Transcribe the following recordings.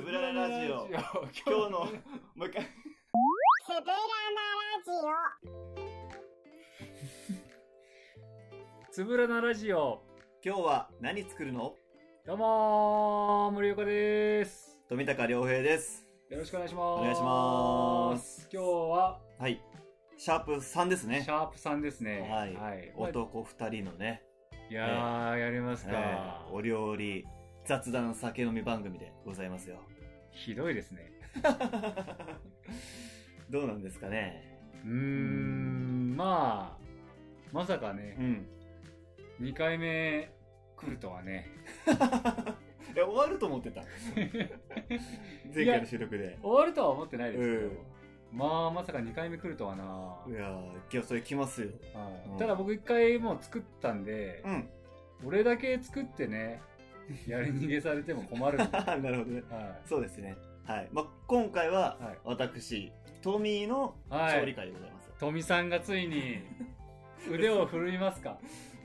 ぶららラジオ。今今日の、もう一回。セブラナラジつぶらなラジオ。今日は何作るのどうもー、森岡です。富高良平です。よろしくお願いします。お願いします。今日は、はい。シャープ3ですシね。ャープさんですね。はいはい。男二人のね、いやー、やりますかえー。お料理、雑談酒飲み番組でございます よ。ひどいですね。どうなんですかね。うーん、まあ、まさかね、ん。 2回目来るとはね、いや、終わると思ってた。 前回の収録で。終わるとは思ってないですけど、うんまあ、まさか2回目来るとはな、いやー、今日それ来ますよ。はいうんただ僕1回もう作ったんで、うん。 俺だけ作ってね、やり逃げされても困るん で。なるほどね。はそうですね。はい。まあ、今回は、はい私、トミーのい。は調理い。会でございます。富さんがついに、腕を振るいますか。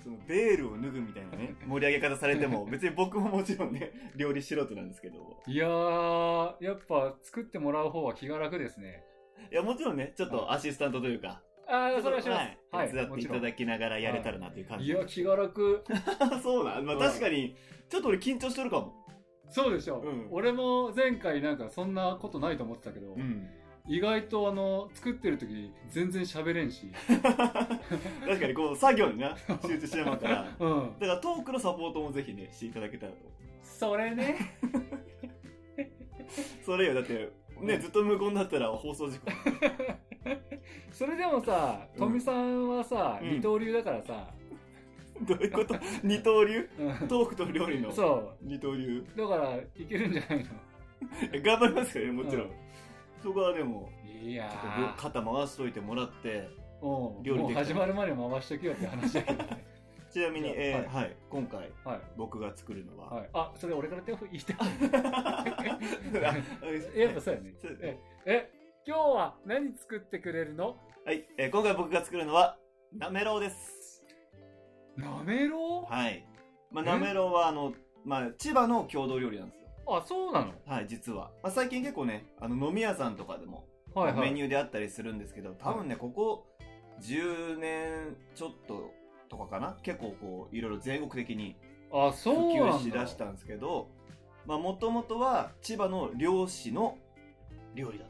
そのベールを脱ぐみたいな ね、盛り上げ方されても、別に僕ももちろんね、 料理素人なんですけど。いやー、やっぱ作ってもらう方は気が楽ですね。いや、もちろんね、ちょっとアシスタントというか、あー、それはしまはすい。手はい。伝っもていちろたんだきながらやれたらなっていう感いじ。や、気が楽。 そうなん。まあ、うん確かに、ちょっと俺緊張しとるかも。そうでしょ。うん俺も前回なんかそんなことないと思ってたけど、ん。意外とあの、作ってる時全然喋れんし。確かに、こう、作業に な、集中してなかったら。うん。だからトークのサポートもぜひね、していただけたらと。それね。それよ、だって、ね、ずっと無言だったら放送事故。 それでもさ、富さんはさ、うん二刀流だからさ、どういうこと二刀流うんトークと料理の。そう。二刀流。だから、いけるんじゃない頑張りますからね、もちろん。うそこはでも、のいやちょっとぶ肩回しといてもらって、もう料理でもきうた始まるまで回しとけよって話だけどね。ちなみに、いやえーは いはい、今回、はい。僕が作るの は、はい。あ、それ俺から手を言い たい。あやっぱそうやね。そうえ、え今日は何作ってくれるのはい、えー今回僕が作るのは、なめろうです。なめろはい。まあ、えなめろうは、あの、まあ、千葉の郷土料理なんですよ。うあ、そうなのはい、実は。まあ、最近結構ね、あの、飲み屋さんとかでも、はいはい。メニューであったりするんですけど、多分ね、ここ、10年ちょっととかかな結構こう、いろいろ全国的にあ、普そうなんだ。及しだしたんですけど、まあ、もともとは千葉の漁師の料理だっ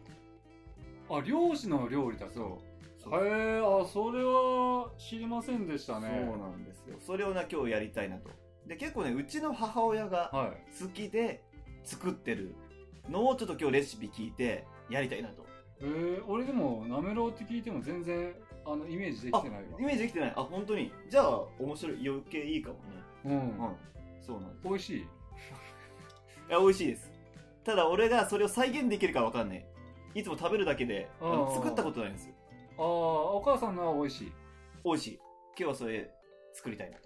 た。あ、漁師の料理だそう。そへえ、あ、それは知りませんでしたね。そうなんですよ。それをな、今日やりたいなと。で、結構ね、うちの母親がはい。好きで作ってるのをちょっと今日レシピ聞いてやりたいなと。えー、俺でも、なめろうって聞いても全然、あの、イメージできてないわイ。メージできてない。あ、本当に。じゃあ、面白い。余計いいかもね。うん。うん。そうなんです。美味しいいや、美味しいです。ただ、俺がそれを再現できるかわかんない。いつも食べるだけで、ああのー作ったことないんですよ。ああ、お母さんのは美味しい。美味しい。今日はそれ作りたいなと。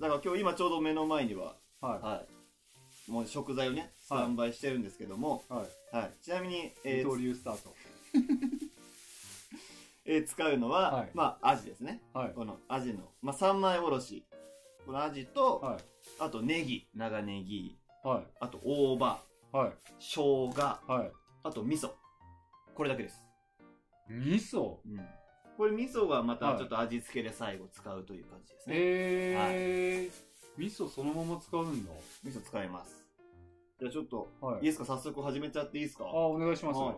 だから今日今ちょうど目の前には、ははい。もう食材をね、スタンバイしてるんですけども、い。はい。はい。ちなみに、えー二刀流スタート。 えー使うのは、はいまあ、アジですね。はい。このアジの、まあ、三枚おろし。このアジと、はい。あとネギ、長ネギ、はい。あと大葉、はい。生姜、はい。あと味噌。これだけです。味噌うん。これ味噌がまはたいちょっと味付けで最後使うという感じですね。えー。味噌そのまま使うんだ。味噌使います。じゃあちょっと、はいいいい。ですか早速始めちゃっていいですかあ、お願いします。はい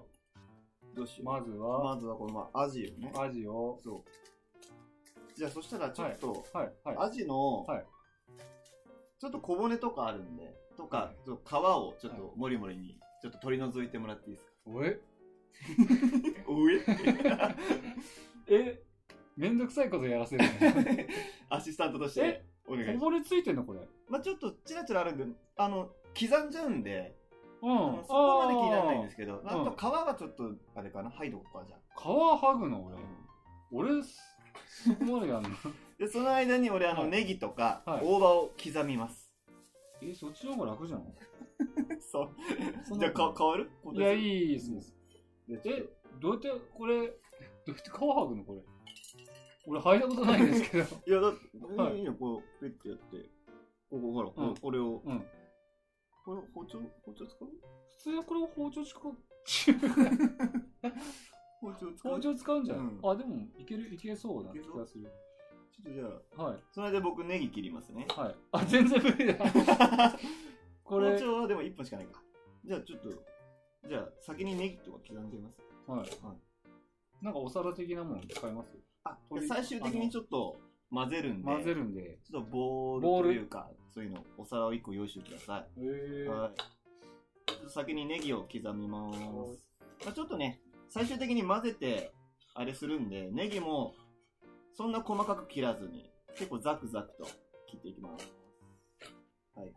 どうしよう。ままずは、ずはこの、まあ、アジをね。アジを。そう。じゃあそしたらちょっと、はい。はい。アジの、はいちょっと小骨とかあるんで、とか、はいちょっと皮をちょっともりもりに、ちょっと取り除いてもらっていいですかえおえ えめんどくさいことやらせるね。アシスタントとして、お願いし こます。ぼれついてんのこれ。うん。まあちょっとチラチラあるんで、あの、刻んじゃうんで、あのあ。そこまで気にならないんですすけど、んあと皮がちょっと、あれかな、剥いどこうか、じゃ皮剥ぐのあ。うん俺。俺、そそこまでやんので、その間に俺、あの、はいネギとか、はい大葉を刻みます。 え、そっちの方が楽じゃん。そう。そんじなゃあ、か、変わるいや、いいです。でちょっえと、どうやって、これ、どうやって皮剥ぐのこれ。俺、剥いたことないんですけど。 いや、だって、はいいいよ、こう、ペッてやって。ここほら、こうんこれを、うん。これ包丁、包丁使う普通これを包丁使う。包丁使う包ちょ丁使うんじゃない、うんあ、でも、いける、いけそうな気がする。っとじゃあ、はい。その間僕ネギ切りますね。はい。あ、全然無理だ。 これ、包丁はでも1本しかないか。じゃあちょっと、じゃあ先にネギとか刻んでます。はい。はなんかお皿的なもの使いますあ、これ最終的にちょっと混ぜるんで、混ぜるんで。ちょっとボボーールルというか、そういうの、お皿を1個用意してくださへい。ーはい。ちょっと先にネギを刻みます。まあ、ちょっとね、最終的に混ぜて、あれするんで、ネギも、そんな細かく切らずに、結構ザクザクと切っていきます。はいはい。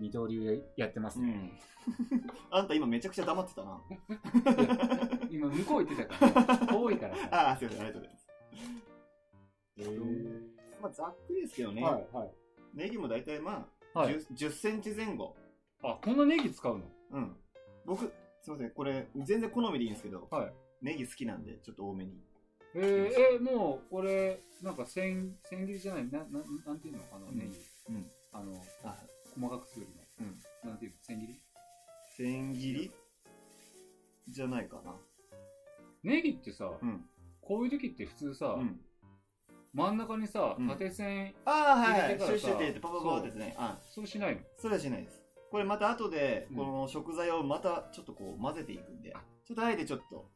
二刀流でやってますうね。ん。 あんた今めちゃくちゃ黙ってた な。今、向こう行ってたから。多いからさ。ああ、すいません、ありがとうございへーます。まあ、ざっくりですけどね、はい、はい。ネギも大体まあ、はい。 10, 10センチ前後。あ、こんなネギ使うのうん。僕、すいません、これ、全然好みでいいんですけど、はいネギ好きなんで、ちょっと多めに。えー、えもう、これ、なんか、千、千切りじゃない、な、な、なんていうのあの、うんネギ。うん。あの、あ、細かくするの。うん。なんていうの千切り千切りじゃないかな。ネギってさ、うん。こういう時って普通さ、うん。真ん中にさうん、縦線、ああ、はい、は入れい。てかシュッらシさュッてやって、パパパパってですね。あそうしないのそれはしないです。これまた後でう、んこの食材をまたちょっとこう混ぜていくんで、あちょっとあえてちょっと、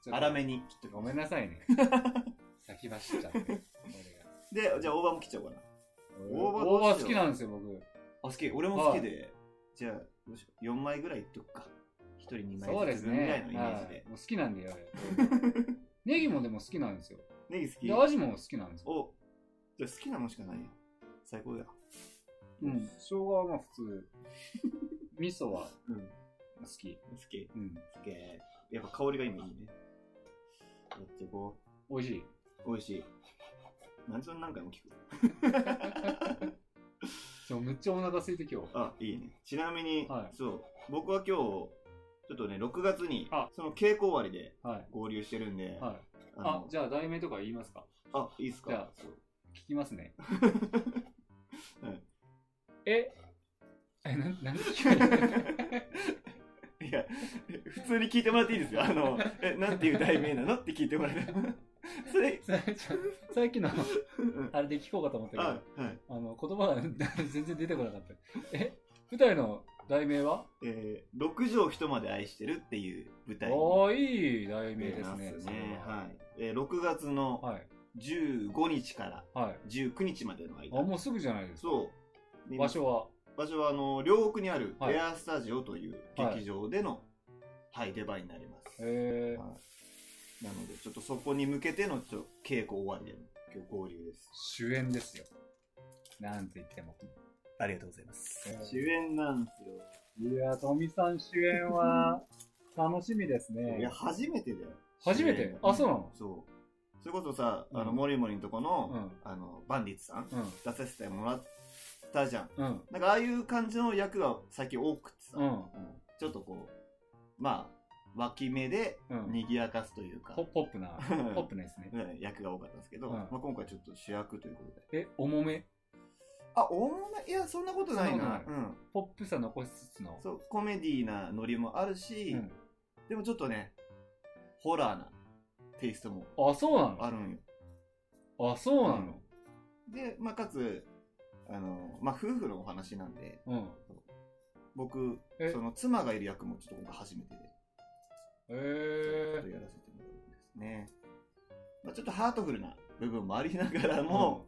ちょっと粗めに切ってごめんななさい ね。先走っちゃって。俺がで、じゃあ大葉も切っちゃおうかな。大葉大どうしよう葉好きなんですよ、僕。あ、好き。俺も好きで。じゃあ、どうしよう。4枚ぐらいいっとくか。1人2そう枚でずつす分ぐらいねの。イメージはでい。もう好きなんでよ。 ネギもでも好きなんですよ。ネギ好きで、味も好きなんですよ。おじゃあ好きなもんしかないよ。最高だよ。うん。生姜はまあ普通。味噌はうん。好き。好き。うん。好き。やっぱ香りが今いいね。やっていこ美味しい。う。美味しい。何そんな何回も聞く。そうめっちゃお腹空いて今日。あ、いいね。ちなみに、はいそう、僕は今日、ちょっとね、6月にあ、その稽古終わりではい。合流してるんで、はい。ああの、じゃあ題名とか言いますかあ、いいっすじかゃあそう聞きますねうん。え え、な、なん で聞かれる いや、普通に聞いてもらっていいですよ。あの、え、なんていう題名なのって聞いてもらえる。 それ、ささっきの、うんあれで聞こうかと思ったけど、あ、はい。あの、言葉が全然出てこなかった。え舞台の題名はえー、6畳一まで愛してるっていう舞台におー、いい題名出ですますねね。。それはい。えー、6月のははい。 15日からはい。 19日までのあ、間。もうすぐじゃないですか。そう。で場所は場所はあの両国にあるはいエアスタジオという劇場での、はい出番になります、えー、はいなのでちょっとそこに向けてのちょっと稽古終わりでの今日合流です主演ですよ。なんて言っても。ありがとうございますえー主演なんですよ、いやー、富さん主演は、楽しみですねいや初めてだよ初めて主演があそうなのそうそれこそさ、あのうんモリモリのとこの,、うんあのバンディッツさんうん。出させてもらったじゃんうん。なんかああいう感じの役が最近多くてさ、うんうんちょっとこうまあ脇目でうん賑やかすというか、ポポップな、うんポップなですね。ね役が多かったんですけど、うんまあ、今回ちょっと主役ということで。え、重め、あ、おもないや、そんなことないな。そんなこうん。ポップさ残しつつの。そう、コメディーなノリもあるし、うんでもちょっとね、ホラーなテイストもあ、そうなあるんよ。のあ、そうなので、まあ、かつ、あの、まあ、夫婦のお話なんで、うん。僕、えその妻がいる役もちょっと今回初めてで、ちへょえっとやらせてもらうんですね。まあ、ちょっとハートフルな部分もありながらも、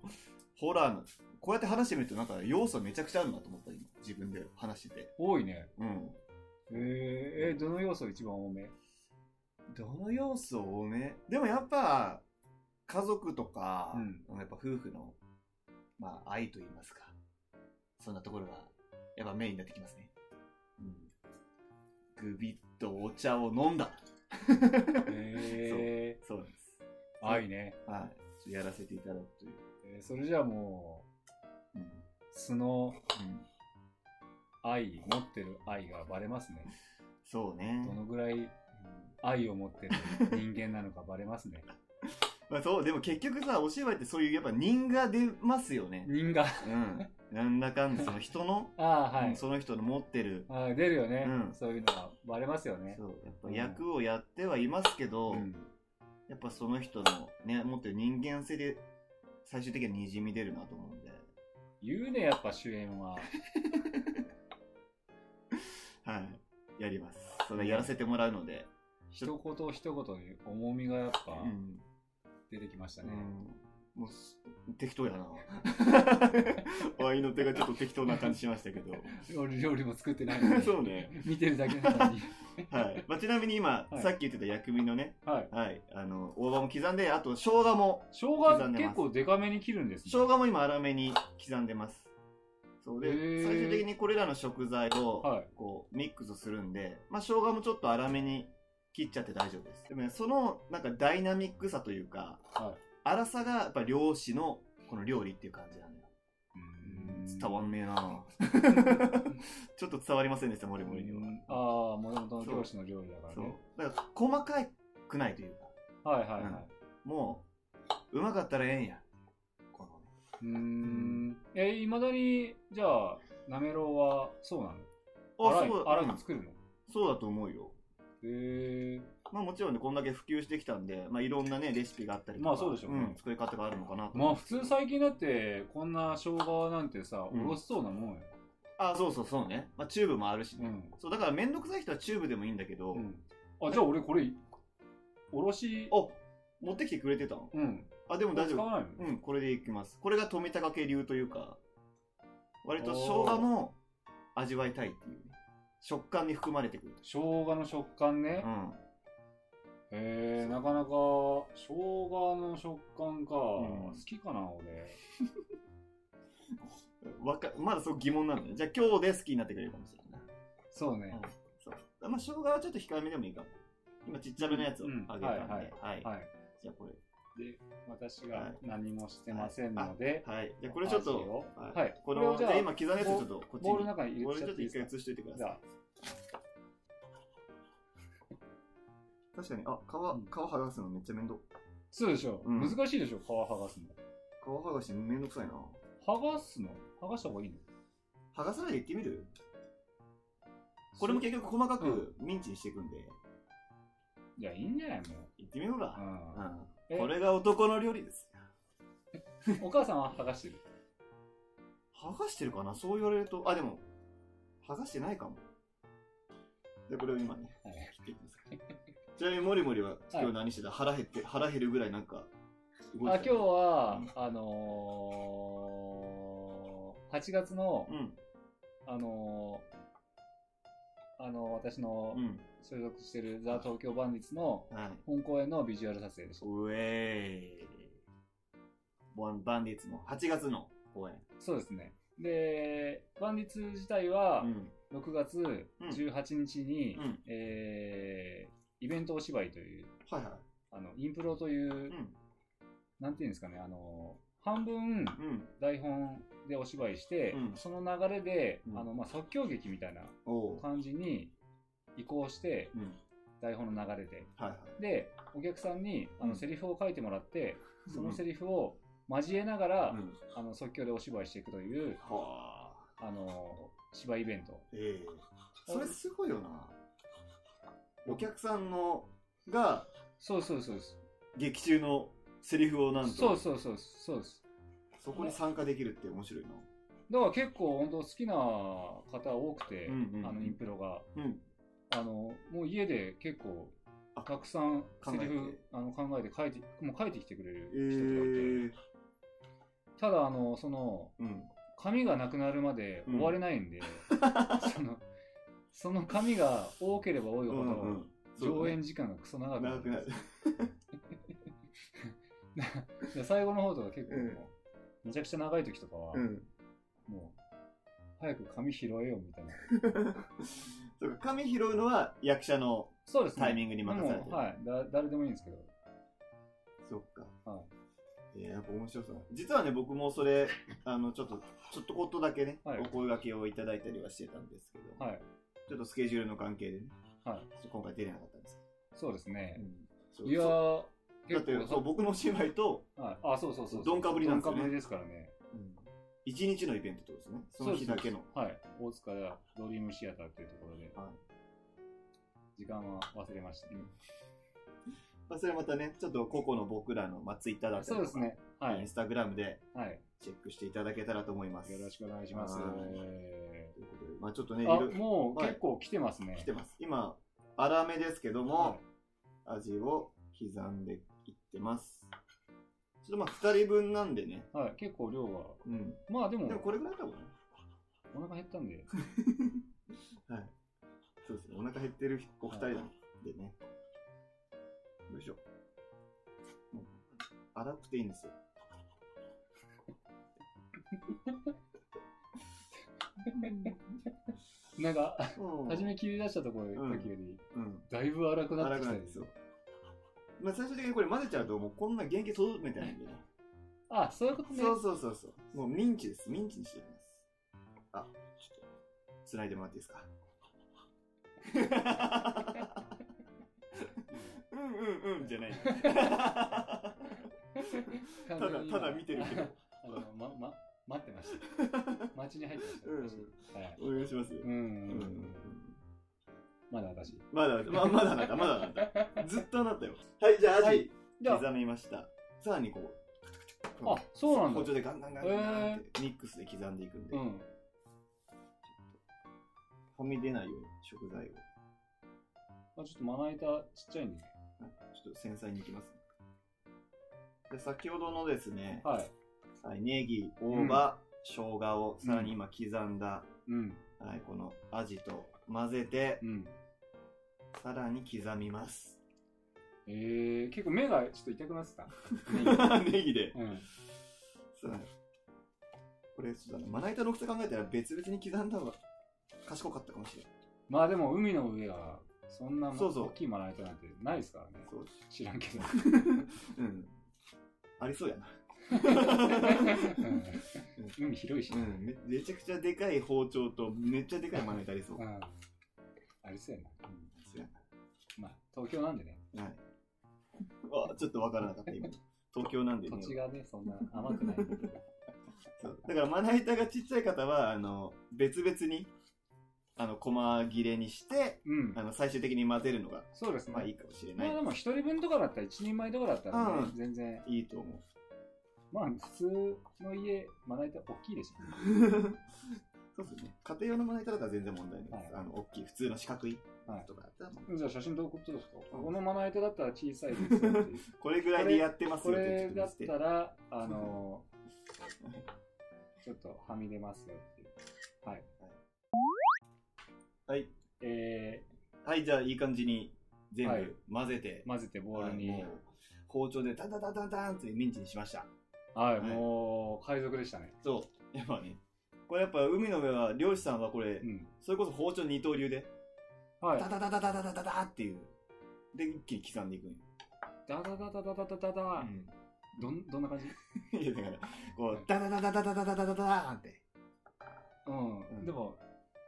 ホラーの、こうやって話してみるとなんか要素めちゃくちゃあるなと思った、今。自分で話してて。多いね。うん。へええ、どの要素一番多めどの要素多めでもやっぱ、家族とか、うやっぱ夫婦の、まあ、愛と言いますか。そんなところが、やっぱメインになってきますね。うん。ぐびっとお茶を飲んだ。へえそうなんです。愛ね。はい。ちょっとやらせていただくという。えーそれじゃあもうん。う、素のうん愛、持ってる愛がバレますね。そうねど。のぐらいうん愛を持ってる人間なのかバレますね。まあ、そう、でも結局さ、お芝居ってそういう、やっぱ人が出ますよね。人が、うん。なんだかんだその人の、ああ、はうんい。その人の持ってる、ああ出るよね、うんそういうのがバレますよね。そうやっぱ役をやってはいますけど、うんやっぱその人のね持ってる人間性で最終的にはにじみ出るなと思うんで言うね、やっぱ主演は。はいやりますそれはやらせてもらうので、一言一言に重みがやっぱうん出てきましたね。うん、もうす適当やな ワインの手がちょっと適当な感じしましたけど料理料理も作ってないの に。そうね、見てるだけな のに。はいまあ、ちなみに今、はいさっき言ってた薬味のね、はい。はい、あの大葉も刻んであと生姜も生姜刻んでます結構デカめに切るんですね。生姜も今粗めに刻んでますそうへでー最終的にこれらの食材を、はい。こうミックスするんで、まあ、生姜もちょっと粗めに切っちゃって大丈夫ですでもねそのなんかダイナミックさというか、は粗さがやっぱ漁師のこの料理っていう感じなのよ伝わんねえなちょっと伝わりませんでしたモリモリにはうんああ、もともと漁師の料理だからそうね。だから細かくないというかはいはいはい。もううまかったらええんやこのうーん。え、いまだに、じゃあ、なめろうは、そうなのああそうあらうくん作るのそうだと思うよへえ。まあもちろんねこんだけ普及してきたんで、まあ、いろんなねレシピがあったりとかまあそうでしょうねん作り方があるのかなとまあ普通最近だって、こんな生姜なんてさ、おうんろしそうなもんよ。あそうそうそうね、まあ、チューブもあるしうね、ん。そうだから面倒くさい人はチューブでもいいんだけど、うん。あ、じゃあ俺これ、おろし、あ持ってきてくれてたのうん。あでも大丈使夫わないのうんこれでいきますこれが富高家流というか割と生姜も味わいたいっていうね食感に含まれてくる生姜の食感ねう。ん、へえ、なかなか、生姜の食感か。うん好きかな、俺。わかまだそう疑問なんだねじゃあ今日で好きになってくれるかもしれないそうね。そうあまあ生姜はちょっと控えめでもいいかも今ちっちゃめのやつをうんあげたんで、うんははいいはい。じゃあこれで、私はがい何もしてませんので、はいじゃあこれちょっ味とをはいはいここれのをじじゃゃああ今刻んだやつをちょっとこっちにボールの中に入ボれールちちゃょっっとていい一回ですか移しといてくだじさゃいあ確かに、あ、皮、皮うん剥がすのめっちゃ面倒。そうでしょ、うん難しいでしょ皮剥がすの皮剥がしめんどくさいな。剥がすの剥がした方がいいの剥がさないでいってみるこれも結局細かくミンチにしていくんで、いやいいんじゃないもいってみようう、うか。んうえん。これが男の料理です。 お母さんは剥がしてる剥がしてるかなそう言われると。あ、でも、剥がしてないかも。で、これを今ね、はい切っていきます。ちなみに、モリモリは今日何してた、腹減って、腹減るぐらいなんか、動いあてた今日は、あのー、8月の、うん、あのー、あの私のうん。所属してるザ・東京バンディツのはい。本公演のビジュアル撮影でしたうえーい。バンバンディッツの8月の公演。そうですねでバンディツ自体は、うん。 6月18日に、うん。えーイベントお芝居という、はいはい。あの、インプロという、うん。なんていうんですかね、あの、半分うん。台本でお芝居して、うんその流れで、うんあの、まあ、即興劇みたいなおお。感じに移行して、うん。台本の流れで。はいはい。で、お客さんに、あうの、んセリフを書いてもらって、そのセリリフを交えながら、うん。あの、即興でお芝居していくという、はあ。あの、芝居イベント。ええそれすごいよな。お客さんの、が、そうそうそうです。劇中のセリフをなんと、そうそうそうです。そうです。そこに参加できるって面白いな。だから結構本当好きな方多くて、うんうんあのインプロがうん。あのもう家で結構あたくさん考セえてリフあの考えて書いてもう書いてきてくれるええ人とかいて、ただあのそのうん。紙がなくなるまでうん終われな いんで、そのその紙が多ければ多いほど、うん上そう演時間がクソ長だくねなる長くなる。で最後の方とか結構もう、うんめちゃくちゃ長い時とかは、うん。もう早く紙拾えようみたいな そうか、紙拾うのは役者のそうですねタイミングに任されてるでもはいだ誰でもいいんですけどそっか。。はいや、やっぱ面白そう。実はね、僕もそれ、あの、ちょっと、ちょっとことだけね、はいお声掛けをいただいたりはしてたんですけど、はいちょっとスケジュールの関係でね、はいちょっと今回出れなかったんですそうですねけど。そういやそうー、だって、そう、僕のお芝居と、はい、あ、そうそうそうそう。鈍化ぶりなんですよね鈍化ぶりですからね。うん一日のイベントってことですね。その日だけの。はい。大塚ではドリームシアターというところで。はい時間は忘れました。まあ、それまたね、ちょっと個々の僕らの、まあ、ツイッターだったそりうとか、ですね。はインい。スタグラムではい。チェックしていただけたらと思います。よろしくお願いします。はいえということで、まあ、ちょっとね、いーろあ、いろもうはい結構来てますね。来てます。今、粗めですけどはも、味を刻んでいってます。ちょっとまあ、二人分なんでね。い。はい。結構量は。うん。まあでもでも、これぐらいだもんね。お腹減ったんで。そうですね。お腹減ってるお二人なんでね。よいしょ。もう粗くていいん ですよ。なんか、うん初め切り出したところうん時より、うん。だいぶ荒くなっ粗てくきたなるんですよ。まあ、最終的にこれ混ぜちゃうと、もうこんな原型届めてないんでね。あ、そういうことね。そうそうそうそう。もうミンチです。ミンチにしてやります。あ、ちょっと、繋いでもらっていいですか。 うんうんうんじゃない。 たただ、ただ見てるけ ど。あの、ま、ま、待ってました。待ちに入ってました。うんはい。お願いします。うんううんんううん。うんんまだ私。まだ、ままだあなた、まだあなた。ずっとあなたよ。はい、じゃあ、アジ、じゃ刻みました。さらにこう、あ、あ、そうなんだ包。丁でガンガンガンガンって、ミックスで刻んでいくんでう、ん。はみ出ないように食材を。あ、ちょっとまな板ちっちゃいんで。ちょっと繊細にいきます、で、先ほどのですね、はい。はい、ネギ、大葉、生姜をさらに今刻んだ、うん。はい、このアジと混ぜてう、ん。さらに刻みます。 えー、結構目がちょっと痛くなってた。 ネギで。うん。そうだねこれ、ちょっとねまな板の大きさ考えたら別々に刻んだ方が賢かったかもしれない。まあでも海の上は、そんなそうそう大きいまな板なんてないですからね。そう。 知らんけど。うん。ありそうやな。 うん海広いしうね。ん、めめちゃくちゃでかい包丁とめっちゃでかいまな板ありそう。ううんん。ありそうやな。そうやなまあ、東京なんでね。はい。あ、ちょっとわからなかった、今。東京なんで土ね。地がね、そんな甘くない んだけど。そうだから、まな板がちっちゃい方は、あの、別々に、あの、細切れにして、うんあ。の、最終的に混ぜるのが、そうですね。まあいいかもしれなまいあ。でも一人分とかだったら、一人前とかだったらねう、ん全然。いいと 思まあ、普通の家、まな板大きいですよね。う。そうですね。家庭用のまな板だったら全然問題ないです。はいあの、大きい、普通の四角いはいとかだったら、じゃあ写真どういうことですか、うんこのまな板だったら小さいですよっていうこれぐらいでやってますこよってれ言だっってたまら、あのーちょっとはみ出ますよっていう。はい。はい。えはい、じゃあいい感じに全はい部混ぜてー、、混ぜてボウルはいにも。う包丁でダンダンダンダンダンってミンチにしました。はい、はいもう、海賊でしたね。そう。やっぱね。これやっぱ海の上は、漁師さんはこれ、うん。それこそ包丁二刀流で、はい。ダダダダダダダダダっていう。で、一気に刻んでいくんよ。だだだだだだだだだ。どん、どんな感じいや、だから、こう、ダダダダダダダダダダダーンって。うん。うんでも、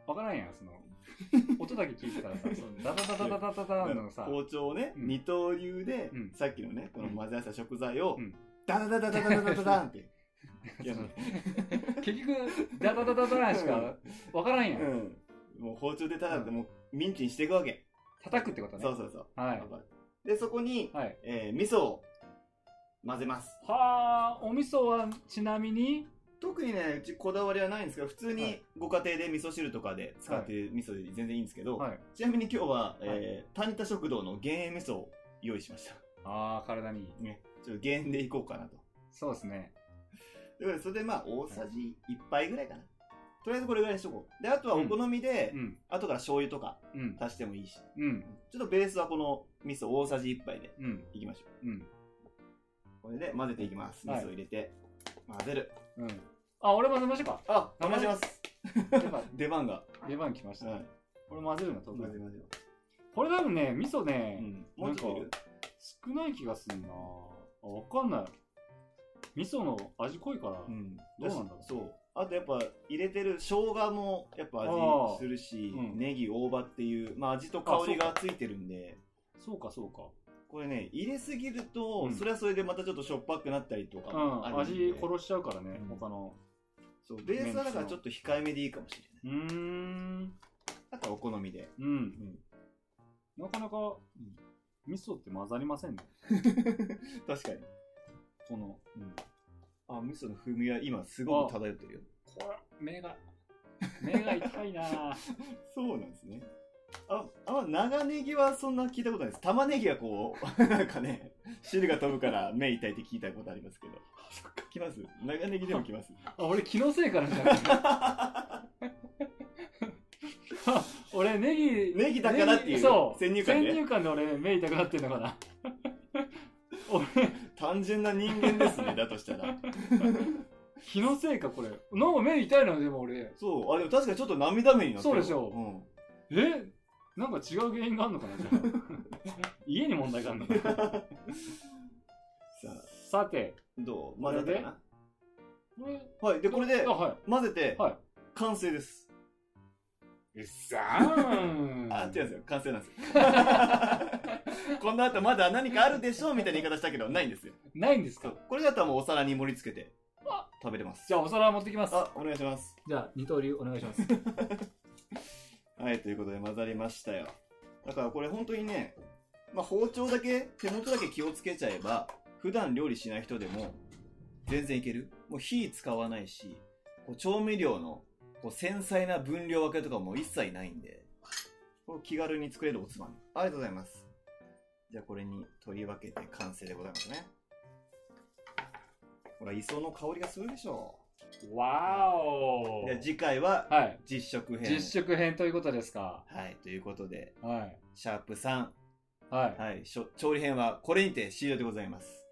わからんやん、その、音だけ聞いてたらさ、そのダダダダダダダダのさ、包丁をね、うん二刀流で、うんさっきのね、この混ぜ合わせた食材を、うんダダダダダダダダダダーンって。いや、結局、ダダダダダしかわからんや。うんん。もう包丁でただって、もうミンチにしていくわけ。叩くってことね。そうそうそう。はい。で、そこに、はい。えー味噌を混ぜます。はあ、お味噌はちなみに、特にね、うちこだわりはないんですけど、普通はにいご家庭で味噌汁とかで使ってる味噌で全然いいんですけど、はい。ちなみに今日は、えー、タニタ食堂の減塩味噌を用意しました。ああ、体にいい。ね。ちょっと減塩でいこうかなと。そうですね。ということで、それでまあ、大さじ1杯ぐらいかな。とりあえずこれぐらいにしとこう。で、あとはお好みで、うん。後から醤油とかうん。足してもいいし。うん。ちょっとベースはこの味噌大さじ1杯でうん。いきましょうん。う。これで混ぜていきます。味はい噌入れて、混ぜる。うん。あ、俺混ぜましょうか。あ、混ぜます。やっぱ、出番が。出番来ましたはねい。。これ混ぜるの、当混ぜ分。混ぜ。これ多分ね、味噌うね、ん。もうちょっといる少ない気がすんなあわかんない。味噌の味濃いから。ん、どうなんだろうそうあとやっぱ入れてる生姜もやっぱ味するし、あーうんネギ大葉っていう、まあ、味と香りがついてるんでそうか、そうか。これね入れすぎると、うんそれはそれでまたちょっとしょっぱくなったりとかうもあん、るんで、味殺しちゃうからね、うん他の。そう、ベースはだからちょっと控えめでいいかもしれない。うーん。あとはお好みで。うん。うん。なかなか、味噌って混ざりませんね。確かに。この、うん。あ、味噌の風味は今すごく漂ってるよ。これ、目が、目が痛いなぁ。そうなんですね。あ、あ、長ネギはそんな聞いたことないです。玉ねぎはこう、 なんかね、汁が飛ぶから目痛いって聞いたことありますけど。来ます長ネギでも来ます。 あ、俺気のせいからじゃないあ 俺ネギ、ネギだからっていうネギそう。先入観ね先入観で俺目痛くなってんのかな。俺、単純な人間ですね、だとしたら。気のせいかこれ。なんか目痛いな、でも俺。そう、あ、でも確かにちょっと涙目になったよそうでしょうん。えなんか違う原因があるのかなじゃあ 家に問題があるのかなさあ、さて、どうこ混れぜでたかこれ、なはい、で、これであ、は混ぜてい。、は完成です。い。うっさーん。あ、違うんですよ。完成なんですよ。 この後まだ何かあるでしょうみたいな言い方したけど、ないんですよ。ないんですかこれだったらもうお皿に盛り付けてあ、食べれますじ。ゃあお皿持ってきます。あ、お願いします。じゃあ、二刀流お願いします。はい、ということで混ざりましたよ。だからこれ本当にね、まあ、包丁だけ、手元だけ気をつけちゃえば、普段料理しない人でも、全然いける。もう火使わないし、こう調味料のこう繊細な分量分けとかも一切ないんで、こう気軽に作れるおつまみ。ありがとうございます。じゃあこれに取り分けて完成でございますね。ほら、磯の香りがするでしょわおう。じゃあ次回ははい。実食編。実食編ということですか。はい、ということで、はい。シャープ3。はい。はい、しょ調理編はこれにて終了でございます。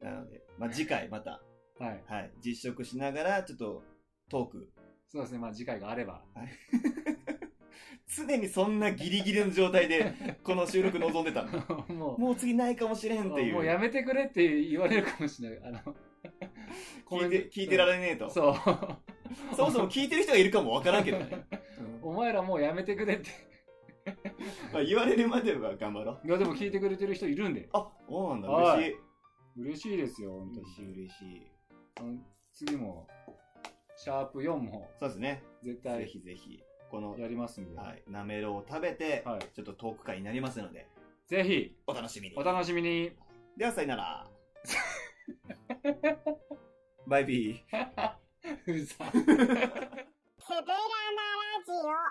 なので、まあ、次回また、はい。はい、実食しながら、ちょっとトーク。そうですね。まあ次回があれば。 常にそんなギリギリの状態で、 この収録望んでたの。ももう次ないかもしれんう、っていう。もうやめてくれって言われるかもしれない。あの、聞いて聞いてられねえと。そそう。 もそも聞いてる人がいるかもわからんけどね。お前らもうやめてくれって。まあ、言われるまでは頑張ろう。いや、でも聞いてくれてる人いるんで。あ、そうなんだ。は嬉いしい。嬉しいですよ、本当に嬉しい、嬉しい。あの。次も、シャープ4もそうですね。絶ぜ対ひぜひ、この、やりますんで。はい、なめろうを食べて、はいちょっとトーク会になりますので、ぜひ、お楽しみにお。楽しみに。 ではさよな ら。バイビー。うざすべらなラジオ